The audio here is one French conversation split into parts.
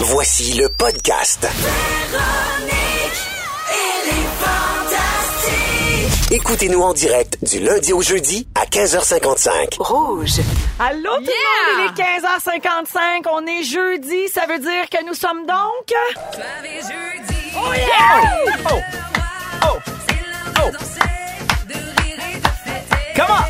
Voici le podcast. Écoutez-nous en direct du lundi au jeudi à 15h55. Rouge. Allô tout le monde, il est 15h55, on est jeudi, ça veut dire que nous sommes donc... Oh yeah! oh, Comment?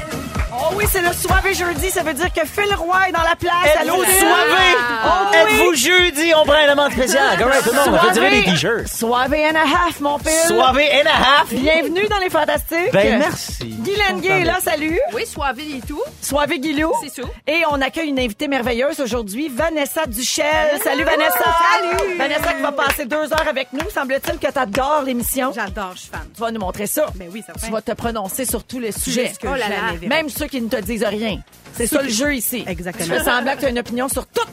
Oh oui, c'est le soirée jeudi, ça veut dire que Phil Roy est dans la place. Êtes-vous Allô, Phil? Ah, soivé? Oh Êtes-vous oui! jeudi? On prend un moment spécial. All right, tout le monde, on fait tirer des Soirée- t-shirts. Soirée and a half, mon Phil. Soirée and a half. Bienvenue dans les Fantastiques. Ben, merci. Guy Lenguet est là, salut. Oui, soivez et tout. Soirée Guilou. C'est sûr. Et on accueille une invitée merveilleuse aujourd'hui, Vanessa Duchel. Salut Vanessa. Salut. Vanessa qui va passer deux heures avec nous. Semble-t-il que t'adores l'émission. J'adore, je suis fan. Tu vas nous montrer ça. Mais oui, ça Tu vas te prononcer sur tous les sujets. Jusque Oh là là. jamais verra. Même ceux qui ne te disent rien. C'est ça le jeu ici. Exactement. Tu fais semblant que tu as une opinion sur tout.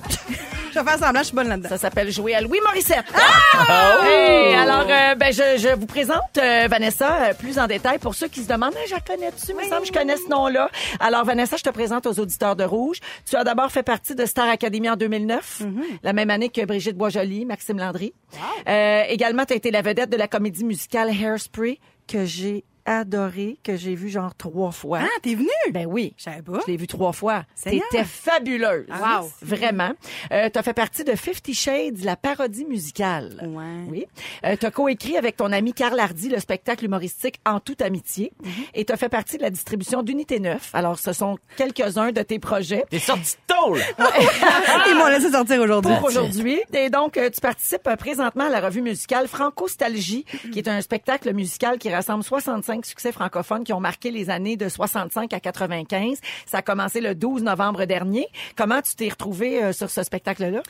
Je vais faire semblant, je suis bonne là-dedans. Ça s'appelle jouer à Louis Morissette. Ah! Hey, alors, euh, ben, je, je vous présente euh, Vanessa euh, plus en détail pour ceux qui se demandent, Hey, je la connais-tu? Il me semble que je connais ce nom-là. Alors, Vanessa, je te présente aux auditeurs de Rouge. Tu as d'abord fait partie de Star Academy en 2009, la même année que Brigitte Boisjoli, Maxime Landry. Euh, également, tu as été la vedette de la comédie musicale Hairspray que j'ai adoré, que j'ai vu genre trois fois. Ah, t'es venue? Ben oui. Je savais pas. Je l'ai vu trois fois. Seigneur. T'étais fabuleuse. Ah, merci. Vraiment. Euh, t'as fait partie de Fifty Shades, la parodie musicale. Ouais. Oui. Euh, t'as coécrit avec ton ami Carl Hardy le spectacle humoristique En toute amitié. Mhm. Et t'as fait partie de la distribution d'Unité 9. Alors, ce sont quelques-uns de tes projets. T'es sorti de tôle. Ah! Ils m'ont laissé sortir aujourd'hui. Pour aujourd'hui. Et donc, euh, tu participes euh, présentement à la revue musicale Franco-Stalgie, qui est un spectacle musical qui rassemble 65 succès francophones qui ont marqué les années de 65 à 95. Ça a commencé le 12 novembre dernier. Comment tu t'es retrouvé sur ce spectacle-là?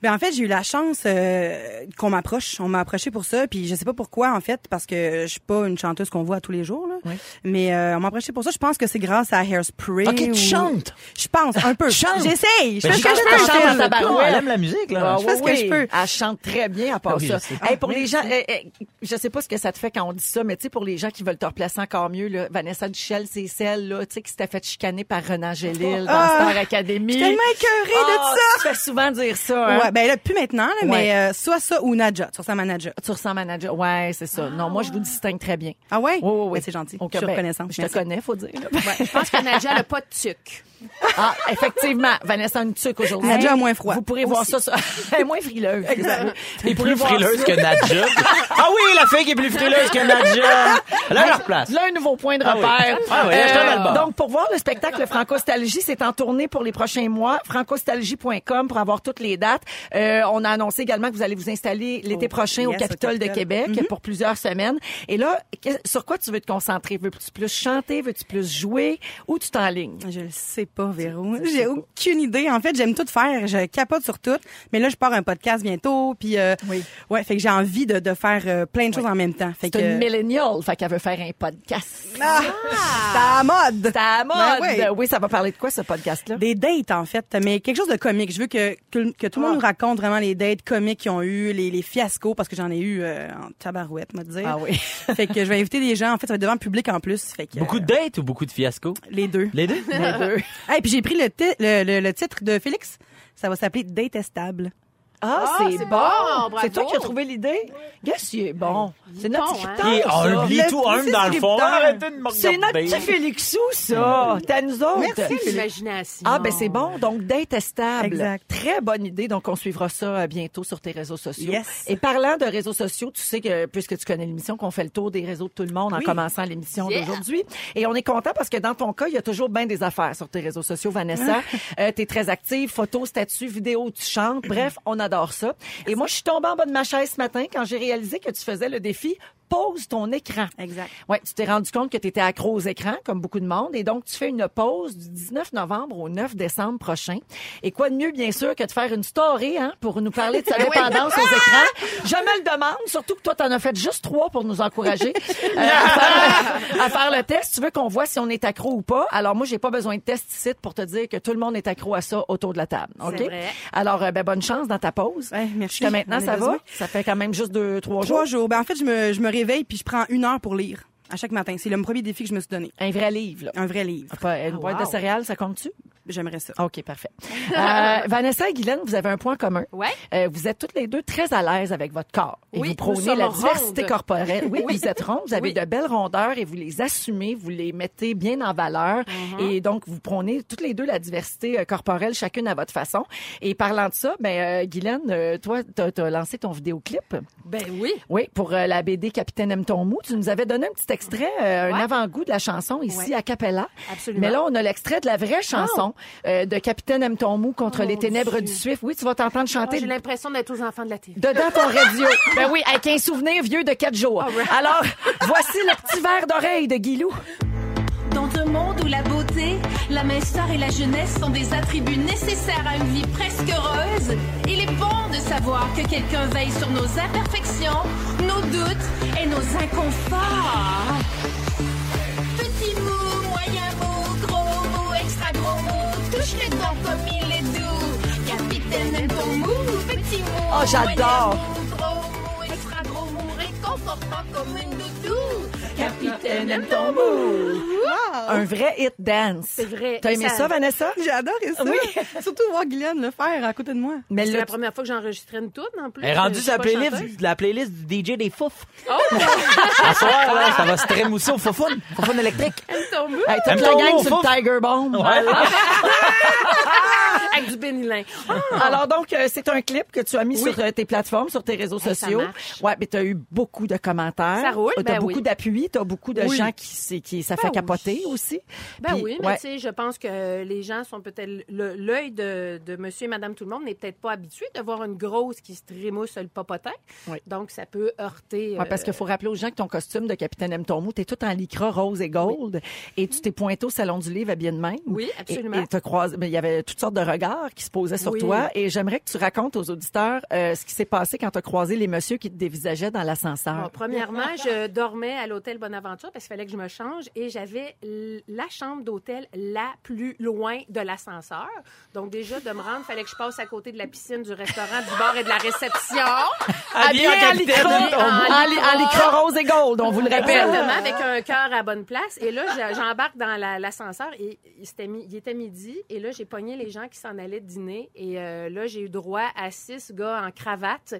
Ben, en fait, j'ai eu la chance euh, qu'on m'approche. On m'a approché pour ça. Puis je sais pas pourquoi, en fait, parce que je suis pas une chanteuse qu'on voit à tous les jours. Là. Oui. Mais euh, on m'a approché pour ça. Je pense que c'est grâce à Hairspray. Ok, tu ou- chantes. Je pense, un peu. Chante. J'essaye. Je fais Ben, ce que chante, je peux. chante Phil. dans ta barouette. Elle aime la musique, Ah, là. Je fais ce oui, que je peux. Ah Elle chante très bien à part Oui, ça. je sais. Hey, pour les gens, eh, eh, je sais pas ce que ça te fait quand on dit ça, mais tu sais, pour les gens qui veulent te replacer encore mieux, là, Vanessa Duchel, c'est celle là, tu sais, qui s'était fait chicaner par Renan Gélil dans Ah, Star Academy. je suis tellement écœurée de Ah, Tu ça. fais souvent dire ça. Hein? Ouais, ben là, plus maintenant, là, Ouais. mais euh, soit ça ou Nadja. Sur ça, ma Nadja. Tu ressens manager. Ouais, c'est ça. non, moi, je vous distingue très bien. Ah ouais? Oui, oui, oui. Ben, c'est gentil. Ok, Je suis ben, reconnaissante. Je te Merci. connais, faut dire. là. Je pense que Nadja n'a pas de tuc. Ah, effectivement, Vanessa a une tuque aujourd'hui. Nadja a moins froid. Vous pourrez voir ça. ça. Elle est moins frileuse. T'es plus frileuse que Nadja. Ah oui, la fille qui est plus frileuse que Nadja. Elle a leur place. Là, un nouveau point de Ah oui. repère. Euh, Ah oui, achetez un album. donc, pour voir le spectacle Francostalgie, c'est en tournée pour les prochains mois. Francostalgie.com pour avoir toutes les dates. Euh, on a annoncé également que vous allez vous installer l'été Oh, prochain au yes, au Capitole de Capitole. Mm-hmm. Québec pour plusieurs semaines. Et là, que- sur quoi tu veux te concentrer? Veux-tu plus chanter? Veux-tu plus jouer? Où tu t'enlignes? Je le sais pas, Véro. J'ai aucune idée. En fait, j'aime tout faire. Je capote sur tout. Mais là, je pars un podcast bientôt. Puis, euh, Oui. ouais, fait que j'ai envie de, de faire euh, plein de choses en même temps. Fait C'est une que. millennial, fait qu'elle veut faire un podcast. Ah! C'est à la mode. C'est à la mode. Ben ouais. Oui, ça va parler de quoi, ce podcast-là? Des dates, en fait, mais quelque chose de comique. Je veux que, que, que Ah. tout le monde nous raconte vraiment les dates comiques qu'ils ont eu, les, les fiascos, parce que j'en ai eu euh, en tabarouette, moi, de dire. Ah oui. fait que je vais inviter des gens. En fait, ça va être devant le public en plus. Fait que, Beaucoup de euh, dates ou beaucoup de fiascos? Les deux. Les deux? Les deux. Hey, puis j'ai pris le, ti- le, le, le titre de Félix. Ça va s'appeler Détestable. Ah, Ah, c'est c'est bon! bon, bravo. c'est toi qui as trouvé l'idée? Yes, il est bon. C'est notre bon, petit hein? tard, Il est ça. humble, il est Le tout humble dans le fond. petit Arrêtez de me C'est notre regarder. petit Félixou, ça. T'as nous autres. Merci, Félix. L'imagination. Ah, ben c'est bon. Donc, détestable. Exact. Très bonne idée. Donc, on suivra ça euh, bientôt sur tes réseaux sociaux. Yes. Et parlant de réseaux sociaux, tu sais que, puisque tu connais l'émission, qu'on fait le tour des réseaux de tout le monde en Oui. commençant l'émission Yeah. d'aujourd'hui. Et on est content parce que dans ton cas, il y a toujours bien des affaires sur tes réseaux sociaux, Vanessa. Ah. euh, tu es très active, photos, statuts, vidéos, tu chantes. Mm-hmm. Bref, on adore ça. Et moi, je suis tombée en bas de ma chaise ce matin quand j'ai réalisé que tu faisais le défi pose ton écran. Exact. Ouais, tu t'es rendu compte que tu étais accro aux écrans, comme beaucoup de monde, et donc tu fais une pause du 19 novembre au 9 décembre prochain. Et quoi de mieux, bien sûr, que de faire une story hein, pour nous parler de sa dépendance aux écrans. Je me le demande, surtout que toi, t'en as fait juste trois pour nous encourager euh, à, faire, à faire le test. Tu veux qu'on voit si on est accro ou pas. Alors moi, j'ai pas besoin de test ici pour te dire que tout le monde est accro à ça autour de la table. OK? vrai. Alors, euh, ben, bonne chance dans ta pause. Ouais, merci. Jusqu'à maintenant, J'en ai ça va? besoin. Ça fait quand même juste deux, trois jours. Trois jours. Ben, en fait, je me, je me réveille puis je prends une heure pour lire à chaque matin. C'est le premier défi que je me suis donné. Un vrai livre, là. Un vrai livre. Ah, Enfin, une boîte de céréales, ça compte-tu? J'aimerais ça. OK, parfait. Euh, Vanessa et Guylaine, vous avez un point commun. Ouais. Euh, vous êtes toutes les deux très à l'aise avec votre corps. Et Oui, vous nous prônez sommes la rondes. diversité corporelle. Oui, vous êtes rondes, vous avez Oui. de belles rondeurs et vous les assumez, vous les mettez bien en valeur. Uh-huh. Et donc, vous prônez toutes les deux la diversité euh, corporelle, chacune à votre façon. Et parlant de ça, ben, euh, Guylaine, euh, toi, t'as as lancé ton vidéoclip. Ben oui. Oui, pour euh, la BD Capitaine aime ton mou. Tu nous avais donné un petit extrait, euh, un Ouais. avant-goût de la chanson ici Ouais. à Capella. Absolument. Oh! Mais là, on a l'extrait de la vraie chanson euh, de Capitaine aime ton mou contre les ténèbres du Suif. Oui, tu vas t'entendre chanter Ah, J'ai l'impression d'être aux enfants de la télé. dedans ton radio. Ben oui, avec un souvenir vieux de quatre jours. Ah, Alors, voici le petit verre d'oreille de Guilou. Dans un monde où la beauté, la minceur et la jeunesse sont des attributs nécessaires à une vie presque heureuse, il est bon de savoir que quelqu'un veille sur nos imperfections, nos doutes et nos inconforts. Petit mou, moyen mou, gros mou, extra gros mou, touche le don comme il est doux. Capitaine aime ton mou, petit mou. Oh, j'adore. moyen mou, gros mou, extra gros mou, réconfortant comme une doudou. Capitaine aime ton mou. Un vrai hit dance. C'est Ah vrai. T'as aimé ça, Ça- Vanessa? J'ai adoré ça. Oui. Surtout voir Guylaine le faire à côté de moi. Mais C'est là, la première fois que j'enregistrais une toune, en plus. Elle est rendue Je suis sa pas chanteuse. playlist, la playlist du DJ des fouf. à soir, là, ça va se trémousser au foufoune. Foufoune électrique. Tombe. hey, toute Aime la ton gang mou, sur fouf. le Tiger Bomb. Avec du bénilin. Alors donc, euh, c'est un clip que tu as mis Oui. sur euh, tes plateformes, sur tes réseaux Hey, ça sociaux. marche. Ouais, mais tu as eu beaucoup de commentaires. Ça roule, Tu as ben beaucoup oui. d'appui, tu as beaucoup de Oui. gens qui, c'est- qui ça fait Ben oui. capoter aussi. Ben Puis, oui, mais ouais. tu sais, je pense que les gens sont peut-être... le- L'œil de, de monsieur et madame tout-le-monde n'est peut-être pas habitué de voir une grosse qui se trémousse le popotin. Oui. Donc, ça peut heurter... Ouais, parce euh, qu'il faut rappeler aux gens que ton costume de capitaine M. Tomou, t'es tout en lycra rose et gold et tu t'es pointé au salon du livre habillé de même. Oui, absolument. Et, et t'as croisé, mais il y avait toutes sortes de regards qui se posaient sur Oui. toi et j'aimerais que tu racontes aux auditeurs euh, ce qui s'est passé quand t'as croisé les messieurs qui te dévisageaient dans Bon, l'ascenseur. premièrement, je dormais à l'hôtel Bonaventure parce qu'il fallait que je me change et j'avais l- la chambre d'hôtel la plus loin de l'ascenseur. Donc déjà de me rendre, fallait que je passe à côté de la piscine, du restaurant, du bar et de la réception. Habillée en Habillé capitaine, Oh, lycra- Hamilton. Ah, en ly- en lycra rose et gold, on vous le répète. Exactement, avec un cœur à bonne place. Et là, je- j'embarque dans la- l'ascenseur et il, s'était mis- il était midi. Et là, j'ai pogné les gens qui s'en allaient dîner. Et euh, là, j'ai eu droit à six gars en cravate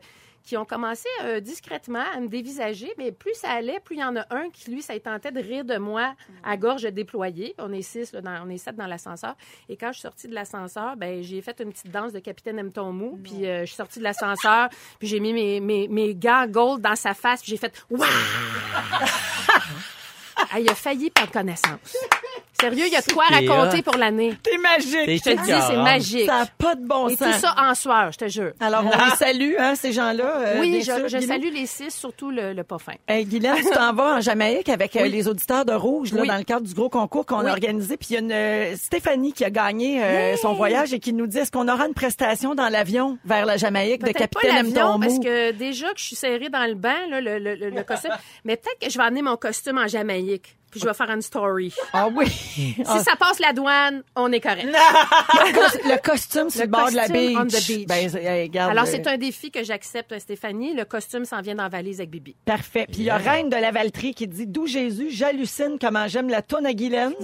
qui ont commencé euh, discrètement à me dévisager. Mais plus ça allait, plus il y en a un qui, lui, ça tentait de rire de moi à gorge déployée. On est six, là, dans- on est sept dans l'ascenseur. Et quand je suis sortie de l'ascenseur, ben j'ai fait une petite danse de Capitaine aime ton mou. Puis euh, je suis sortie de l'ascenseur, puis j'ai mis mes, mes, mes gants gold dans sa face, puis j'ai fait « Waouh! » Elle a failli par connaissance. Sérieux, il y a de quoi C'est raconter hot. pour l'année. C'est magique. Je te dis, c'est magique. Ça hein. n'a pas de bon Et tout sens. ça en soir, je te jure. Alors, on les salue, hein, ces gens-là. euh, bien Oui, sûr, je, je Guilou. salue les six, surtout le, le pas fin. Hey, Guylaine, tu t'en vas en Jamaïque avec euh, les auditeurs de Rouge là, Oui. dans le cadre du gros concours qu'on a Oui. organisé. Puis il y a une euh, Stéphanie qui a gagné euh, son voyage et qui nous dit est-ce qu'on aura une prestation dans l'avion vers la Jamaïque de Peut-être pas Capitaine M. l'avion, Tomou? parce que déjà que je suis serrée dans le banc, là, le, le- le- le costume, mais peut-être que je vais amener mon costume en Jamaïque. Puis je vais faire une story. Ah oui. Ah, Si ça passe la douane, on est correct. le cos- le costume sur le, Le bord de la costume beach. on the beach. Ben, c'est- hey, regarde, Alors, euh, c'est un défi que j'accepte, Stéphanie. Le costume s'en vient dans la valise avec Bibi. Parfait. Puis il y a Reine de la Valtrie qui dit D'où Jésus, j'hallucine comment j'aime la tonne à Guylaine.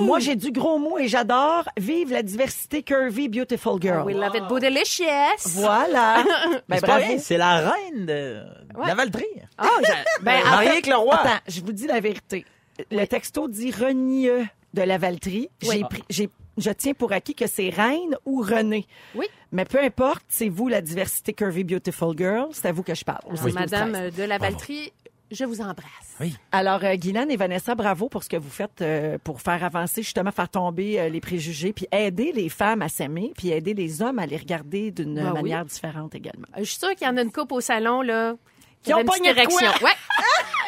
Moi, j'ai du gros mot et j'adore. Vive la diversité curvy, beautiful girl. We love it, beau delicious. Voilà. ben, Mais c'est pas vrai, c'est la reine de de la Valtrie. Oh, Ah, je- ben, Mariée avec le roi. Attends, je vous dis la vérité. Le texto dit Renieux de la Valtrie. J'ai pris- j'ai- je tiens pour acquis que c'est Reine ou René. Oui. Mais peu importe, c'est vous la diversité curvy, beautiful girl. C'est à vous que je parle. Alors, Ah, Madame euh, de la Valtrie, je vous embrasse. Alors, euh, Guylaine et Vanessa, bravo pour ce que vous faites euh, pour faire avancer, justement, faire tomber euh, les préjugés, puis aider les femmes à s'aimer, puis aider les hommes à les regarder d'une Ben oui. manière différente également. Je suis sûre qu'il y en a une coupe au salon, là. Qui ont avait une pogné petite de quoi? érection. Ouais.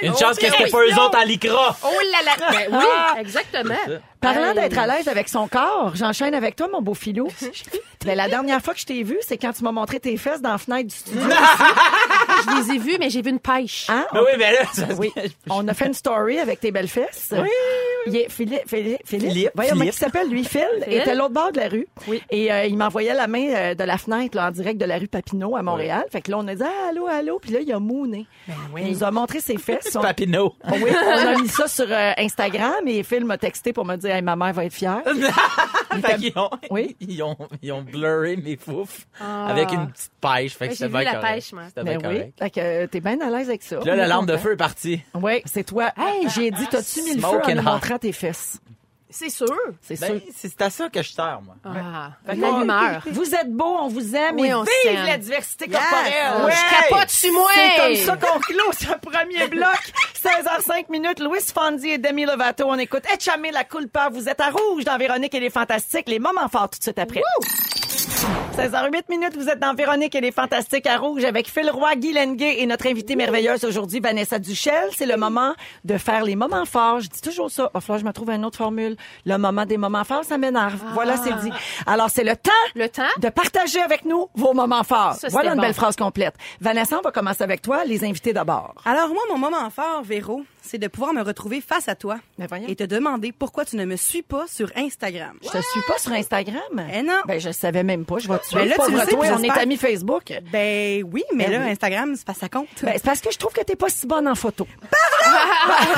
Une chance que c'était pas eux autres à l'ICRA. Oh là là. Ben Ah. oui, exactement. Parlant Hey. d'être à l'aise avec son corps, j'enchaîne avec toi, mon beau filou. Ben, la dernière fois que je t'ai vu, c'est quand tu m'as montré tes fesses dans la fenêtre du studio. Ah, Je les ai vus, mais j'ai vu une pêche. Hein? Ben oui, mais là, ça- Oui. On a fait une story avec tes belles fesses. Oui. Il est Philippe, Philippe, Philippe, Philippe, voyons, mais Philippe. qui s'appelle lui, Phil, était à l'autre bord de la rue. Et euh, il m'envoyait la main euh, de la fenêtre, là, en direct de la rue Papineau à Montréal. Fait que là, on a dit, ah, allô, allô. Puis là, il a mouné. Il nous a montré ses fesses. On- Papineau. Oui, on a mis ça sur euh, Instagram et Phil m'a texté pour me dire hey, ma mère va être fière. Fait qu'ils ont, Oui. ils ont, ils ont blurré mes fouf Ah. avec une petite pêche. Fait que c'était Mais j'ai bien vu la correct. pêche, moi. C'était bien Ben oui. correct. Fait que euh, t'es bien à l'aise avec ça. Puis là, On la est lampe de content. feu est partie. Oui, c'est toi. Hey, j'ai dit, t'as-tu mis le feu Smoke en and nous hot. montrant tes fesses? C'est sûr. C'est Ben, sûr. c'est c'est à ça que je sers, moi. Ah, Fait que- la humeur. Vous êtes beaux, on vous aime Oui, et on vive s'aime. la diversité Yes. corporelle. Ouais. Je capote sur moi. C'est comme ça qu'on clôt ce premier bloc. 16h05 minutes. Louis Fondi et Demi Lovato, on écoute Etchamé la culpa. Vous êtes à rouge dans Véronique et les Fantastiques. Les moments forts tout de suite après. 16h08 minutes, vous êtes dans Véronique et les Fantastiques à Rouge avec Phil Roy, Guy Lenguet et notre invitée merveilleuse aujourd'hui, Vanessa Duchel. C'est le moment de faire les moments forts. Je dis toujours ça. Oh, falloir que je me trouve une autre formule. Le moment des moments forts, ça m'énerve. Voilà, c'est dit. Alors, c'est le temps. Ah. Le temps. De partager avec nous vos moments forts. Ça, c'était voilà une bon. belle phrase Ah, complète. Vanessa, on va commencer avec toi. Les invités d'abord. Alors, moi, mon moment fort, Véro, c'est de pouvoir me retrouver face à toi Mais voyons. et te demander pourquoi tu ne me suis pas sur Instagram. Je te suis pas sur Instagram. Eh non. Ben, je le savais même pas. Je vais te Ben suivre, là, tu le pauvre sais, toi. puis On est j'espère- amis Facebook. Ben oui, mais Ben là, oui. Instagram, c'est pas ça compte. Ben, c'est parce que je trouve que t'es pas si bonne en photo.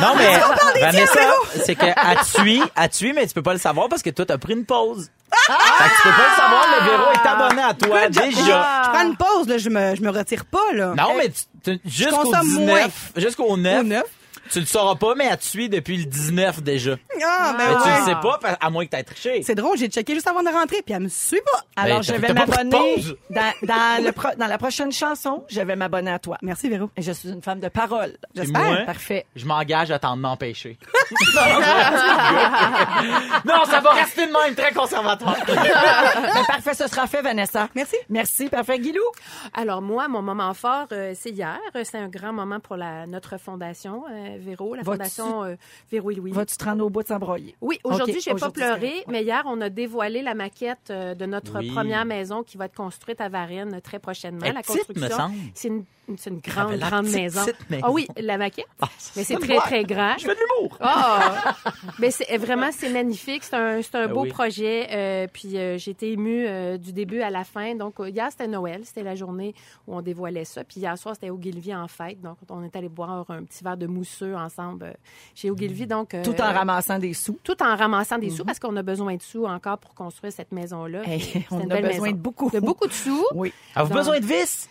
Non, mais Vanessa, c'est que à tuer, à tuer, mais tu peux pas le savoir parce que toi, t'as pris une pause. Fait que tu peux pas le savoir, le Véro est abonné à toi déjà. Je prends une pause, là, je me, je me retire pas, là. Non, mais tu- tu- jusqu'au consomme 19, jusqu'au 9, Au neuf. tu le sauras pas, mais à tuer depuis le 19 déjà. Ah, ben Mais tu le ouais. sais pas, fa- à moins que t'aies triché. C'est drôle, j'ai checké juste avant de rentrer, puis elle me suit pas. Alors, Ben, je t'as- vais t'as pas pris de m'abonner pause. dans, dans le pro- dans la prochaine chanson. Je vais m'abonner à toi. Merci, Véro. Et Je suis une femme de parole. Puis moi, J'espère. Parfait. Je m'engage à t'en empêcher. non, ça va rester de même très conservatoire. Ben, parfait, ce sera fait, Vanessa. Merci. Merci. Parfait, Guilou. Alors moi, mon moment fort, euh, c'est hier. Euh, C'est un grand moment pour la, notre fondation, euh, Véro, la Vas-tu- fondation euh, Véro et Louis. Vas-tu te rendre au bout de s'embroyer? Oui, aujourd'hui, Ok, j'ai pas aujourd'hui, pleuré, c'est vrai. mais hier, on a dévoilé la maquette euh, de notre Oui. première maison qui va être construite à Varennes très prochainement. Elle est la petite, construction, me semble. c'est une, une- c'est une Ah, grande, ben, la grande petite, maison. petite maison. Ah oui, la maquette, mais c'est ça me très, va. très grand. Je fais de l'humour. Ah! mais c'est vraiment c'est magnifique, c'est un, c'est un Ben beau oui. projet. euh, puis euh, j'ai été émue euh, du début à la fin. Donc euh, hier c'était Noël, c'était la journée où on dévoilait ça. Puis hier soir c'était au Ogilvy en fête, donc on est allé boire un petit verre de mousseux ensemble euh, chez Ogilvy. Donc euh, Mm. Tout en ramassant des sous. tout en ramassant des sous parce qu'on a besoin de sous encore pour construire cette maison-là. Hey, C'est on une a belle besoin de beaucoup. De beaucoup de sous. Oui. Avez-vous Non. besoin de vis?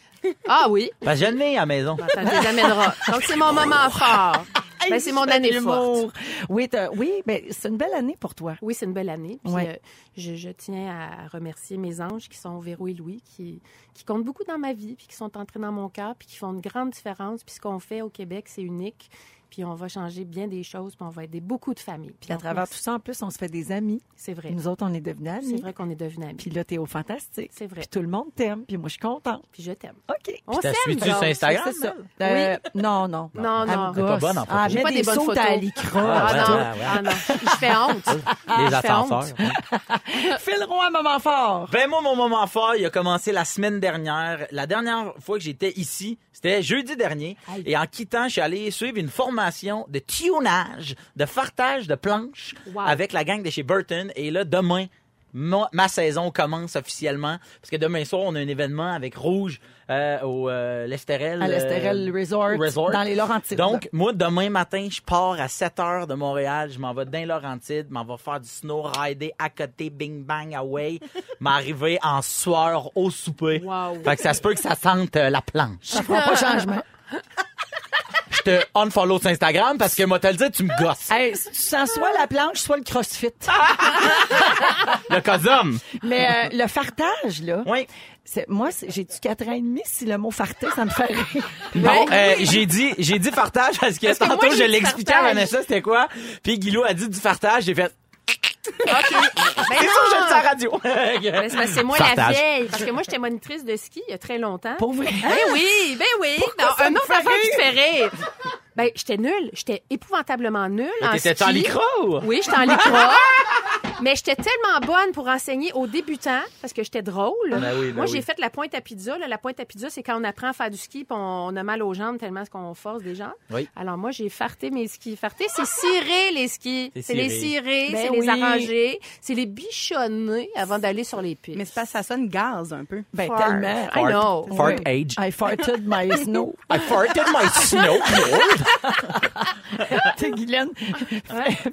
Ah oui, Parce que je l'ai à la maison. ça te les amènera. Donc c'est mon moment fort. Ben, c'est mon année forte. Oui, t'as- oui, ben, c'est une belle année pour toi. Oui, c'est une belle année. Puis, Ouais. euh, je, je tiens à remercier mes anges qui sont Véro et Louis, qui, qui comptent beaucoup dans ma vie, puis qui sont entrés dans mon cœur, puis qui font une grande différence. Puis ce qu'on fait au Québec, c'est unique. Puis on va changer bien des choses, puis on va aider beaucoup de familles. Puis à travers tout ça, en plus, on se fait des amis. C'est vrai. Puis Nous autres, on est devenus amis. C'est vrai qu'on est devenus amis. Puis là, t'es au fantastique. C'est vrai. Puis tout le monde t'aime. Puis moi, je suis contente. Puis je t'aime. OK. On t'as s'aime. suivi-tu donc. sur Instagram? C'est ça. Euh, Non, non. Non, Elle me non. T'es pas bonne en photo. Ah, J'ai mets pas des, des bonnes sauts à photos. lycra. Ah, Ah, non, ouais, ouais. ah non, je fais honte. Les je fais ascenseurs. honte. Phil Roy, moment fort. Ben moi, mon moment fort, il a commencé la semaine dernière. La dernière fois que j'étais ici, c'était jeudi dernier. Aïe. Et en quittant, je suis allé suivre une formation de tunage, de fartage de planches Wow. avec la gang de chez Burton. Et là, demain, ma, ma saison commence officiellement. Parce que demain soir, on a un événement avec Rouge euh, au euh, l'Estérel. À l'Estérel euh, Resort, Resort. dans les Laurentides. Donc, moi, demain matin, je pars à 7 h de Montréal. Je m'en vais dans Laurentides, m'en vais faire du snow rider à côté, bing bang away. M'arriver en sueur au souper. Wow. Fait que ça se peut que ça sente euh, la planche. je prends pas changement. Je te unfollow sur Instagram parce que, moi, te le dire, tu me gosses. Hey, tu sens soit la planche, soit le crossfit. Le cosum. Mais euh, le fartage, là, Oui. c'est- moi, c'est- j'ai du 4 ans et demi. Si le mot farter, ça me fait rire. Bon, euh, j'ai dit, j'ai dit fartage parce que que tantôt moi, je j'ai dit l'expliquais à fartage. Vanessa c'était quoi. Puis Guilou a dit du fartage, j'ai fait. Ben C'est non. sûr, je le dis à la radio. Ben, c'est parce que c'est moi Partage. la vieille. Parce que moi, j'étais monitrice de ski il y a très longtemps. Pour vrai. Ah, Ben oui, ben oui. Non, un autre affaire qui te fait rire. Ben, j'étais nulle. J'étais épouvantablement nulle en ski. T'étais Ah, en lycra ou? Oui, j'étais en lycra. Mais j'étais tellement bonne pour enseigner aux débutants parce que j'étais drôle. Ben oui, ben Moi, j'ai oui. fait la pointe à pizza. là. La pointe à pizza, c'est quand on apprend à faire du ski puis on, on a mal aux jambes tellement qu'on force des jambes. Oui. Alors moi, j'ai farté mes skis. Farté, c'est cirer les skis. C'est C'est les cirer, Ben c'est oui. les arranger, c'est les bichonner avant d'aller sur les pistes. Mais c'est pas ça sonne gaz un peu. Ben, Fart. tellement. I know. Fart Oui. age. I farted my snow. I farted my snowboard. T'sais, Guylaine,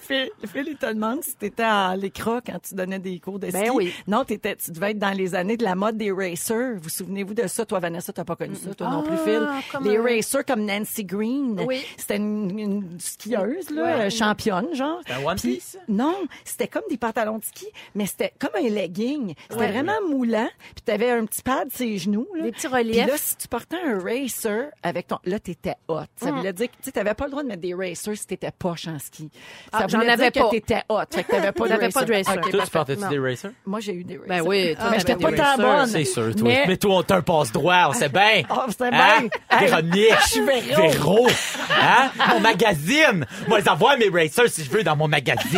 Phil, Phil, il te demande si t'étais en les lycra quand tu donnais des cours de ski. Ben oui. Non, t'étais- tu devais être dans les années de la mode des racers. Vous souvenez-vous de ça? Toi, Vanessa, t'as pas connu ça, toi non plus, Phil. Ah, comme les un- racers comme Nancy Green. Oui. C'était une, une skieuse, là, Ouais. euh, championne, genre. C'était un One Puis- Piece? Non, c'était comme des pantalons de ski, mais c'était comme un legging. C'était Ouais. vraiment moulant. Puis t'avais un petit pad ses genoux. Là. Des petits reliefs. Puis là, si tu portais un racer avec ton... Là, t'étais hot. Ça Mm-hmm. voulait dire que tu sais, t'avais pas le droit de mettre des racers si t'étais poche en ski. Ça Ah, j'en voulait dire avais que pas. t'étais hot. Fait que t'avais pas, de J'avais pas de racer. racer. Ok, Toi, Toi, tu parfait. portais-tu Non. des racers? Moi, j'ai eu des racers. Ben oui, toi, mais t'avais j'étais des pas tant racers. bonne. C'est sûr, toi. Mais- Mais toi, on t'a un passe-droit, on sait bien. Ah, on sait bien. Hein? Hey. Véronique. Je suis Véro. Véro. Hein? Mon magazine. Moi, les avoir mes racers si je veux dans mon magazine.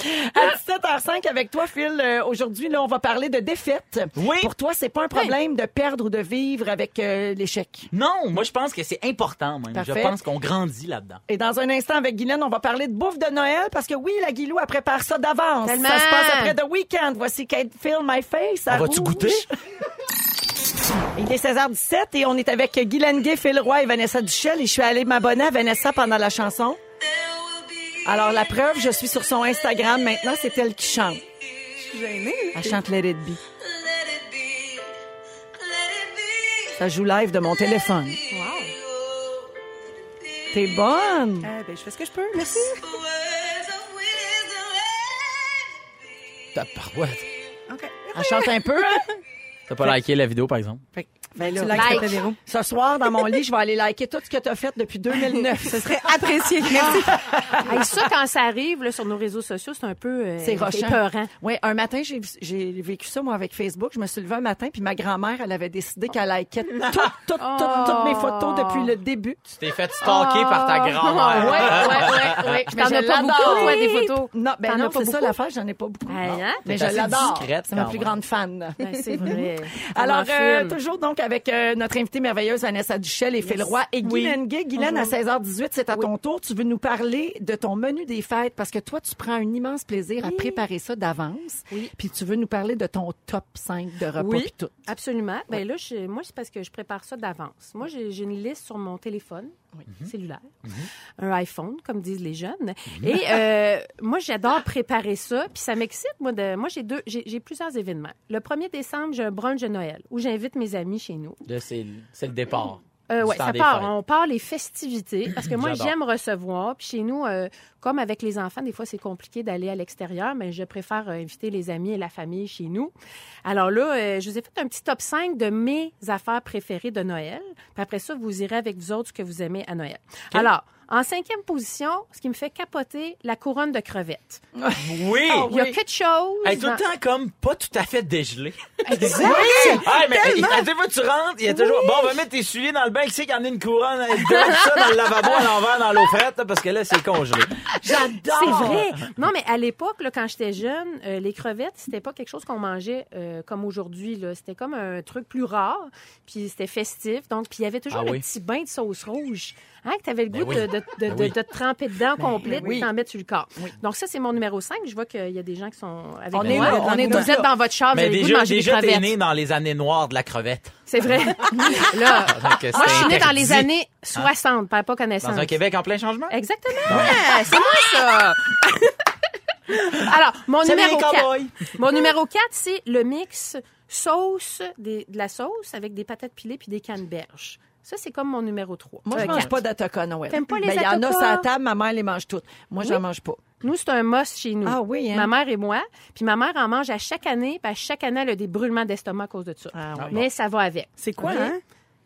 À 17h05 avec toi, Phil. euh, Aujourd'hui, là, on va parler de défaite. Oui. Pour toi, c'est pas un problème de perdre ou de vivre avec euh, l'échec. Non, moi, je pense que c'est important, même. Parfait. Je pense qu'on grandit là-dedans. Et dans un instant, avec Guylaine, on va parler de bouffe de Noël parce que oui, la Guilou, elle prépare ça d'avance. Ça se Tellement. passe après The Weekend. Voici Kate Phil, My Face. à On va-tu Rouge. goûter? Il est 16h17 et on est avec Guylaine Gay, Phil Roy et Vanessa Duchel. Et je suis allée m'abonner à Vanessa pendant la chanson. Alors, la preuve, je suis sur son Instagram maintenant. C'est elle qui chante. Elle chante Let It Be. Ça joue live de mon téléphone. T'es bonne! Euh, ben, je fais ce que je peux, merci. T'as parouette. Elle chante un peu, hein? T'as pas liké la vidéo, par exemple? Fait que- ben là, Tu likes, Like. s'il te plaît, Véro. ce soir, dans mon lit, je vais aller liker tout ce que t'as fait depuis 2009. Ce serait apprécié. Merci. Hey, ça, quand ça arrive là, sur nos réseaux sociaux, c'est un peu euh, C'est rochant. épeurant. Oui, un matin, j'ai vu- j'ai vécu ça, moi, avec Facebook. Je me suis levée un matin, puis ma grand-mère, elle avait décidé qu'elle likait tout- tout- tout- Oh. toutes mes photos depuis le début. Tu t'es fait stalker par ta Ah, grand-mère. ouais, ouais, ouais. Mais T'en je as l'adore. pas beaucoup, toi, des photos. Non, ben T'en non, as pas c'est ça beaucoup? l'affaire, j'en ai pas beaucoup. Hey, Non. hein? Mais T'es je assez l'adore. discrète, C'est ma quand plus même. grande fan. Ben, c'est vrai. Alors, Comment euh, fume. toujours donc avec euh, notre invitée merveilleuse Vanessa Duchel et Phil Roy et Guylaine Gay. Guylaine, Mm-hmm. à 16h18, c'est à ton tour. Tu veux nous parler de ton menu des fêtes parce que toi, tu prends un immense plaisir à préparer ça d'avance. Oui. Puis tu veux nous parler de ton top 5 de repas puis tout. absolument. Ben là, je- moi, c'est parce que je prépare ça d'avance. Moi, j'ai j'ai une liste sur mon téléphone cellulaire, un iPhone, comme disent les jeunes. Et euh, moi, j'adore préparer ça, puis ça m'excite. Moi, de, moi, j'ai deux, j'ai j'ai plusieurs événements. Le 1er décembre, j'ai un brunch de Noël où j'invite mes amis chez nous. Là, c'est c'est le départ. Euh, Du ouais, temps ça des part. fêtes. On part les festivités parce que moi J'adore. j'aime recevoir. Puis chez nous, euh, comme avec les enfants, des fois c'est compliqué d'aller à l'extérieur, mais je préfère euh, inviter les amis et la famille chez nous. Alors là, euh, je vous ai fait un petit top 5 de mes affaires préférées de Noël. Puis après ça, vous irez avec vous autres ce que vous aimez à Noël. Alors. En cinquième position, ce qui me fait capoter, la couronne de crevettes. Ah Oui! Il y a quelque chose. Elle est tout dans- le temps comme pas tout à fait dégelée. Exact. Ah, mais à des fois, tu rentres, il y a toujours. Bon, on va mettre tes souliers dans le bain, qui sait qu'il y en a une couronne, elle drop ça dans le lavabo à l'envers, dans l'eau frette, là, parce que là, c'est congelé. Ah, C'est vrai. Non, mais à l'époque, là, quand j'étais jeune, euh, les crevettes, c'était pas quelque chose qu'on mangeait euh, comme aujourd'hui. là. C'était comme un truc plus rare, puis c'était festif. Donc, puis il y avait toujours Ah le oui. petit bain de sauce rouge, hein, que t'avais le Ben goût de, oui. de, de, Ben de- oui. de te tremper dedans complet, ben oui. puis t'en mettre sur le corps. Oui. Donc ça, c'est mon numéro 5. Je vois qu'il y a des gens qui sont avec On moi. est là, on est tous Vous êtes là. dans votre char, vous Mais avez le goût de déjà, manger des déjà, t'es crevettes. né dans les années noires de la crevette. Ah, C'est vrai. là, Donc, c'est moi, je suis née dans les interdit. années 60, pas connaissance. Dans un Québec en plein changement? Exactement. Euh, C'est Ah, moi, ça. Alors, mon Salut numéro les 4. cowboys! Mon numéro 4, c'est le mix sauce, des- de la sauce avec des patates pilées puis des canneberges. Ça, c'est comme mon numéro Euh, 3. Moi, je mange pas d'atoca Noël. T'aimes pas les Ben, Il y en a atokas? sur la table, ma mère les mange toutes. Moi, j'en Oui. mange pas. Nous, c'est un must chez nous. Ah oui, hein? Ma mère et moi. Puis ma mère en mange à chaque année. Puis à chaque année, elle a des brûlements d'estomac à cause de ça. Ah oui. Mais ça va avec. C'est quoi, Ok. hein?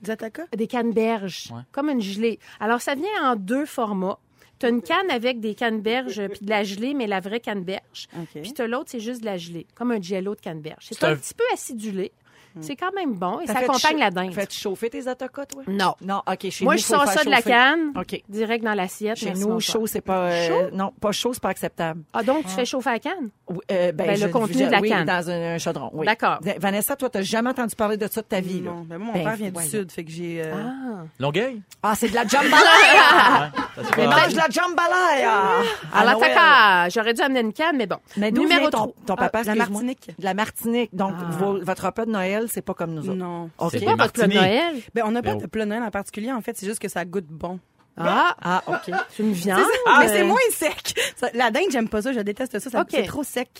Des attaquas? Des canneberges, Ouais. comme une gelée. Alors, ça vient en deux formats. T'as une canne avec des canneberges puis de la gelée, mais la vraie canneberge. OK. Puis t'as l'autre, c'est juste de la gelée, comme un jello de canneberge. C'est C'est un, un- petit peu acidulé. C'est quand même bon et T'as ça Hmm. fait accompagne chau- la dinde. Fais-tu chauffer tes atokas, toi? Non. Non, OK, chez Moi, nous, je faut le sors faire ça de la chauffer. canne, OK. direct dans l'assiette. Chez Merci, nous, bonsoir. chaud, c'est pas... euh, non, pas chaud, c'est pas acceptable. Ah, donc, tu fais chauffer la canne? Oui, euh, ben, Ben, je le contenu disais, de la oui, canne. dans un, un chaudron, oui. D'accord. Va- Vanessa, toi, t'as jamais entendu parler de ça de ta vie, là. Non, ben moi, mon Ben, père vient du voyons. sud, fait que j'ai... euh, Ah. Longueuil? Ah, c'est de la jambalaya! ben, Ça, c'est Mais pas- mange de la jambalaya! Ah, À la Noël. taka! J'aurais dû amener une canne, mais bon. Mais d'où Numéro vient ton, trois. ton papa, Ah, de la excuse-moi? Martinique. De la Martinique. Donc, Ah. vos- votre repas de Noël, c'est pas comme nous autres. Non. OK. C'est Pas des votre plat de martinis. Noël. Ben, on n'a pas Ben, de plat de Noël en particulier, en fait. C'est juste que ça goûte bon. Ah, Ah, OK. c'est une viande. Ah, Ah, mais ben. c'est Ah, moins sec. Ça- La dinde, j'aime pas ça, je déteste ça, ça Ok. c'est trop sec.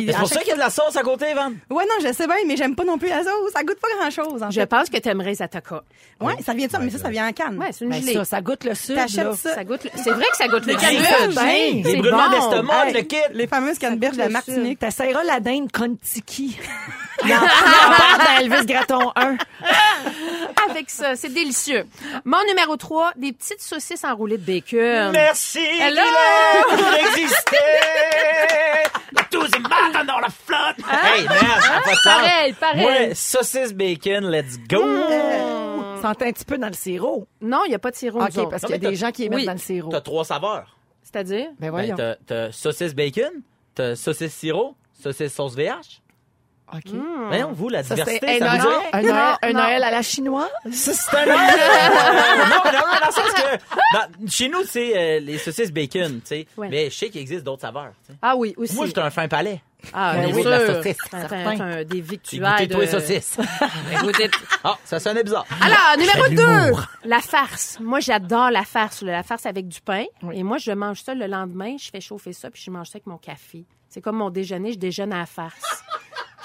Ah, ben, C'est à pour chaque- ça qu'il y a de la sauce à côté, Van. Ouais, non, je sais bien, mais j'aime pas non plus la sauce, ça goûte pas grand-chose en Je fait. pense que t'aimerais Zataka. Ouais, ça vient de Oh ça, mais ça ça vient en canne. Ouais, c'est une Ben, gelée. ça, ça goûte le sud. là. T'achètes ça. Ça goûte le- C'est vrai que ça goûte le canneberges, sud. hein? Les C'est brûlements bon. d'estomac, Hey, le kit. Les fameuses canneberges de la Martinique. T'essayeras la dinde Contiki. Il en parle dans Elvis Graton 1. Avec ça, c'est délicieux. Mon numéro 3, des petites saucisses enroulées de bacon. Merci Hello! qu'il existait. Tous les matins dans la flotte. Hey, man, ça a pas de sens. Ah. Pareil, pareil. Mmh. Moi, saucisse bacon, let's go. Oh. Sent un petit peu dans le sirop. Non, il n'y a pas de sirop. nous OK, autres. parce Non, qu'il y a mais t'as- des gens qui les mettent oui. dans le sirop. T'as trois saveurs. C'est-à-dire? Ben Ben, voyons. t'as- t'as saucisse bacon, t'as saucisse sirop, saucisse sauce VH. OK. Mmh. Voyons, vous, la Ça, c'est diversité, un, ça vous Noël, dirait? un, Noël, un Hmm. Non, Noël à la chinoise. Ça, c'est un non, mais non, mais dans le sens que... dans- chez nous, c'est euh, les saucisses bacon, tu sais. Ouais. Mais je sais qu'il existe d'autres saveurs. tu sais. Ah oui, aussi. Moi, j'étais un fin palais. Ah, Au bien niveau de la sûr. saucisse, T'as- t'as- certain. t'as un- des J'ai victuailles. goûté de- tous les saucisses. Ah, ça sonnait bizarre. Alors, J'ai de numéro 2, l'humour. la farce. Moi, j'adore la farce, là, la farce avec du pain. Et moi, je mange ça le lendemain, je fais chauffer ça, puis je mange ça avec mon café. C'est comme mon déjeuner, je déjeune à la farce.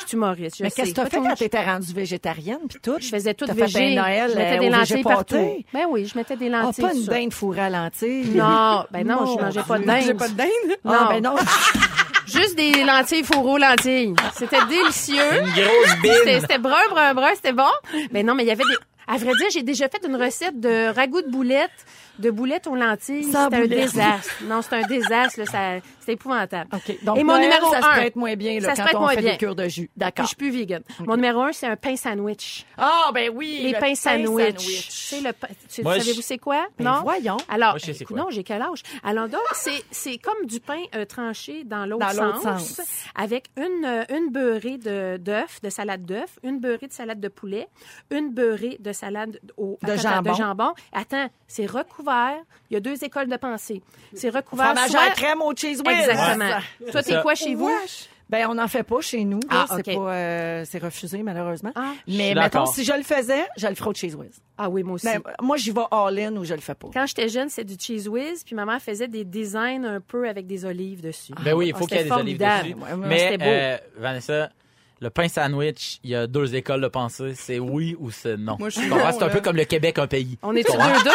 Je suis humoriste, je Mais sais. qu'est-ce que t'as Pas fait tout le quand monde- t'étais rendue végétarienne puis tout? Je faisais tout T'as végé. fait un Noël je mettais euh, des au végé lentilles partout. pâté. Ben oui, je mettais des Ah, lentilles. pas une sur- dinde fourrée à lentilles. Non, ben non, je Mon mangeais pas de Dieu. dinde. J'ai pas de dinde. Non, non. ben non. Juste des lentilles fourreaux lentilles. C'était délicieux. Une grosse C'était bine. c'était brun, brun, brun, c'était bon. Mais non, mais il y avait des. À vrai dire, j'ai déjà fait une recette de ragoût de boulettes, de boulettes aux lentilles. C'était Sans un boulettes. désastre. Non, c'était un désastre. là, ça- C'était épouvantable. OK. Donc, Et mon Noël, numéro ça un. se prête moins bien Ça là, se prête quand on moins fait bien. des cures de jus. Puis Je D'accord. suis plus vegan. Mon numéro un, c'est un pain sandwich. Ah, ben oui. Les le pains pain sandwich. C'est le pain. tu- Moi, je- Savez-vous c'est quoi? Ben non? voyons. Alors, Moi, je sais c'est écoute, non, j'ai quel âge? Alors donc, c'est, c'est comme du pain euh, tranché dans l'autre, Dans l'autre sens, sens. avec une, euh, une beurrée de, d'œuf, de salade d'œuf, une beurrée de salade de poulet, une beurrée de salade au, De attends, attends, jambon. de jambon. Attends, c'est recouvert. Il y a deux écoles de pensée. C'est recouvert Fromage soit- à la crème au cheese whiz. Exactement. ça. Toi, t'es quoi chez vous? Ben, on n'en fait pas chez nous. là. Ah, C'est OK. pas, euh, c'est refusé, malheureusement. Ah. Mais Je suis mettons, d'accord. si je le faisais, je le ferais au cheese whiz. Ah oui, moi aussi. Ben, moi, j'y vais all-in ou je le fais pas. Quand j'étais jeune, c'était du cheese whiz, puis maman faisait des designs un peu avec des olives dessus. Ben oui, il Ah, faut qu'il y ait des c'était olives formidable. dessus. Ouais, ouais, Mais, c'était beau. euh, Vanessa, le pain sandwich, il y a deux écoles de pensée. C'est oui ou c'est non. Moi, je suis Tu comprends? non, C'est un là. peu comme le Québec, un pays. On est-tu deux deux?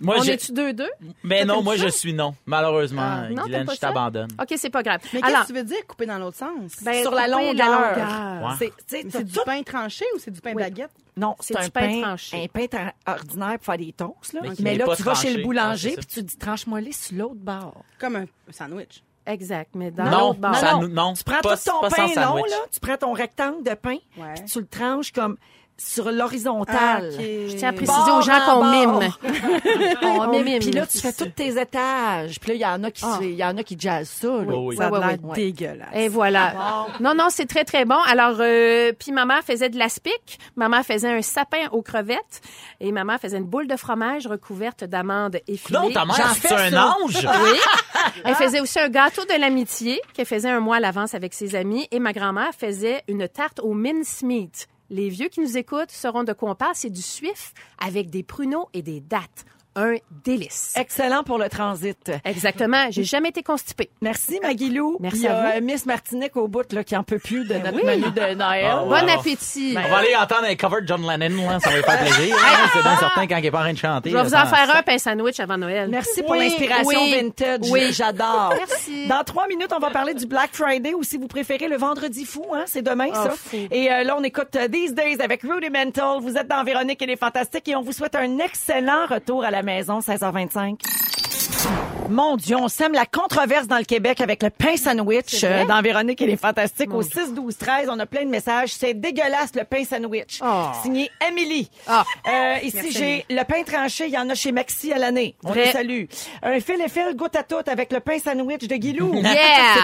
Moi, On je- est-tu deux deux? Mais non, moi, je suis non. Malheureusement, Ah, non, t'aimes Guylaine, pas je ça? t'abandonne. OK, c'est pas grave. Mais qu'est-ce Alors, que tu veux dire couper dans l'autre sens ben, Sur la couper longueur. Ouais. C'est, tu sais, Mais t'as C'est du tout- pain tranché ou c'est du pain Oui. baguette Non, C'est c'est du un pain pain, tranché. un pain tra- ordinaire pour faire des toasts. Là. Mais Mais, qui n'est là, pas tu tranché. vas chez le boulanger Ah, puis c'est tu dis tranche-moi les sur l'autre bord. comme un sandwich Exact, mais dans Non, l'autre bord. ça non, nous- non. Tu prends pas- tout ton pas sans pain long, sandwich. là, tu prends ton rectangle de pain Ouais. puis tu le tranches comme sur Ah, l'horizontale. Je tiens à préciser Bord aux gens en qu'on bord. mime. On On mime. mime. Ah, Puis là, tu fais tous tes étages. Puis là, il y en a qui, Ah. se- il y en a qui jazzent ça. là. Oui, oui. Ça a Ouais, Eh, ouais, l'air ouais. dégueulasse. Et voilà. Non, non, c'est très, très bon. Alors, euh, puis maman faisait de l'aspic, maman faisait un sapin aux crevettes et maman faisait une boule de fromage recouverte d'amandes effilées. Non, ta J'en mère, c'est fais un ça. ange. Ah, Oui. Ah. Elle faisait aussi un gâteau de l'amitié qu'elle faisait un mois à l'avance avec ses amis. Et ma grand-mère faisait une tarte au mincemeat. Les vieux qui nous écoutent sauront de quoi on parle. C'est du suif avec des pruneaux et des dattes. Un délice. Excellent pour le transit. Exactement. J'ai jamais été constipée. Merci, Ben Maguilou. Merci Il y a à euh, Miss Martinique au bout là, qui en peut plus de notre oui. menu de Noël. Ah, ouais. Bon alors. appétit. On va aller entendre un cover de John Lennon, là. Ça va lui faire plaisir. C'est bien certain quand il est pas en train de chanter. Ah. là, Je vais vous en ça- faire un pain sandwich avant Noël. Merci pour Oui, l'inspiration oui, vintage. Oui. J'adore. Merci. Dans trois minutes, on va parler du Black Friday ou si vous préférez le Vendredi fou. Hein? C'est demain, ça. Et euh, là, on écoute euh, These Days avec Rudimental. Vous êtes dans Véronique et les Fantastiques et on vous souhaite un excellent retour à la maison, 16h25. Mon Dieu, on sème la controverse dans le Québec avec le pain sandwich euh, dans Véronique et les Fantastiques. Au 6, 12, 13, on a plein de messages. C'est dégueulasse, le pain sandwich. Ah. Signé Émilie. Euh, ici, j'ai le pain tranché. Il y en a chez Maxi à l'année. On Vrai. les salue. Un fil et fil goutte à tout avec le pain sandwich de Guilou. Yeah!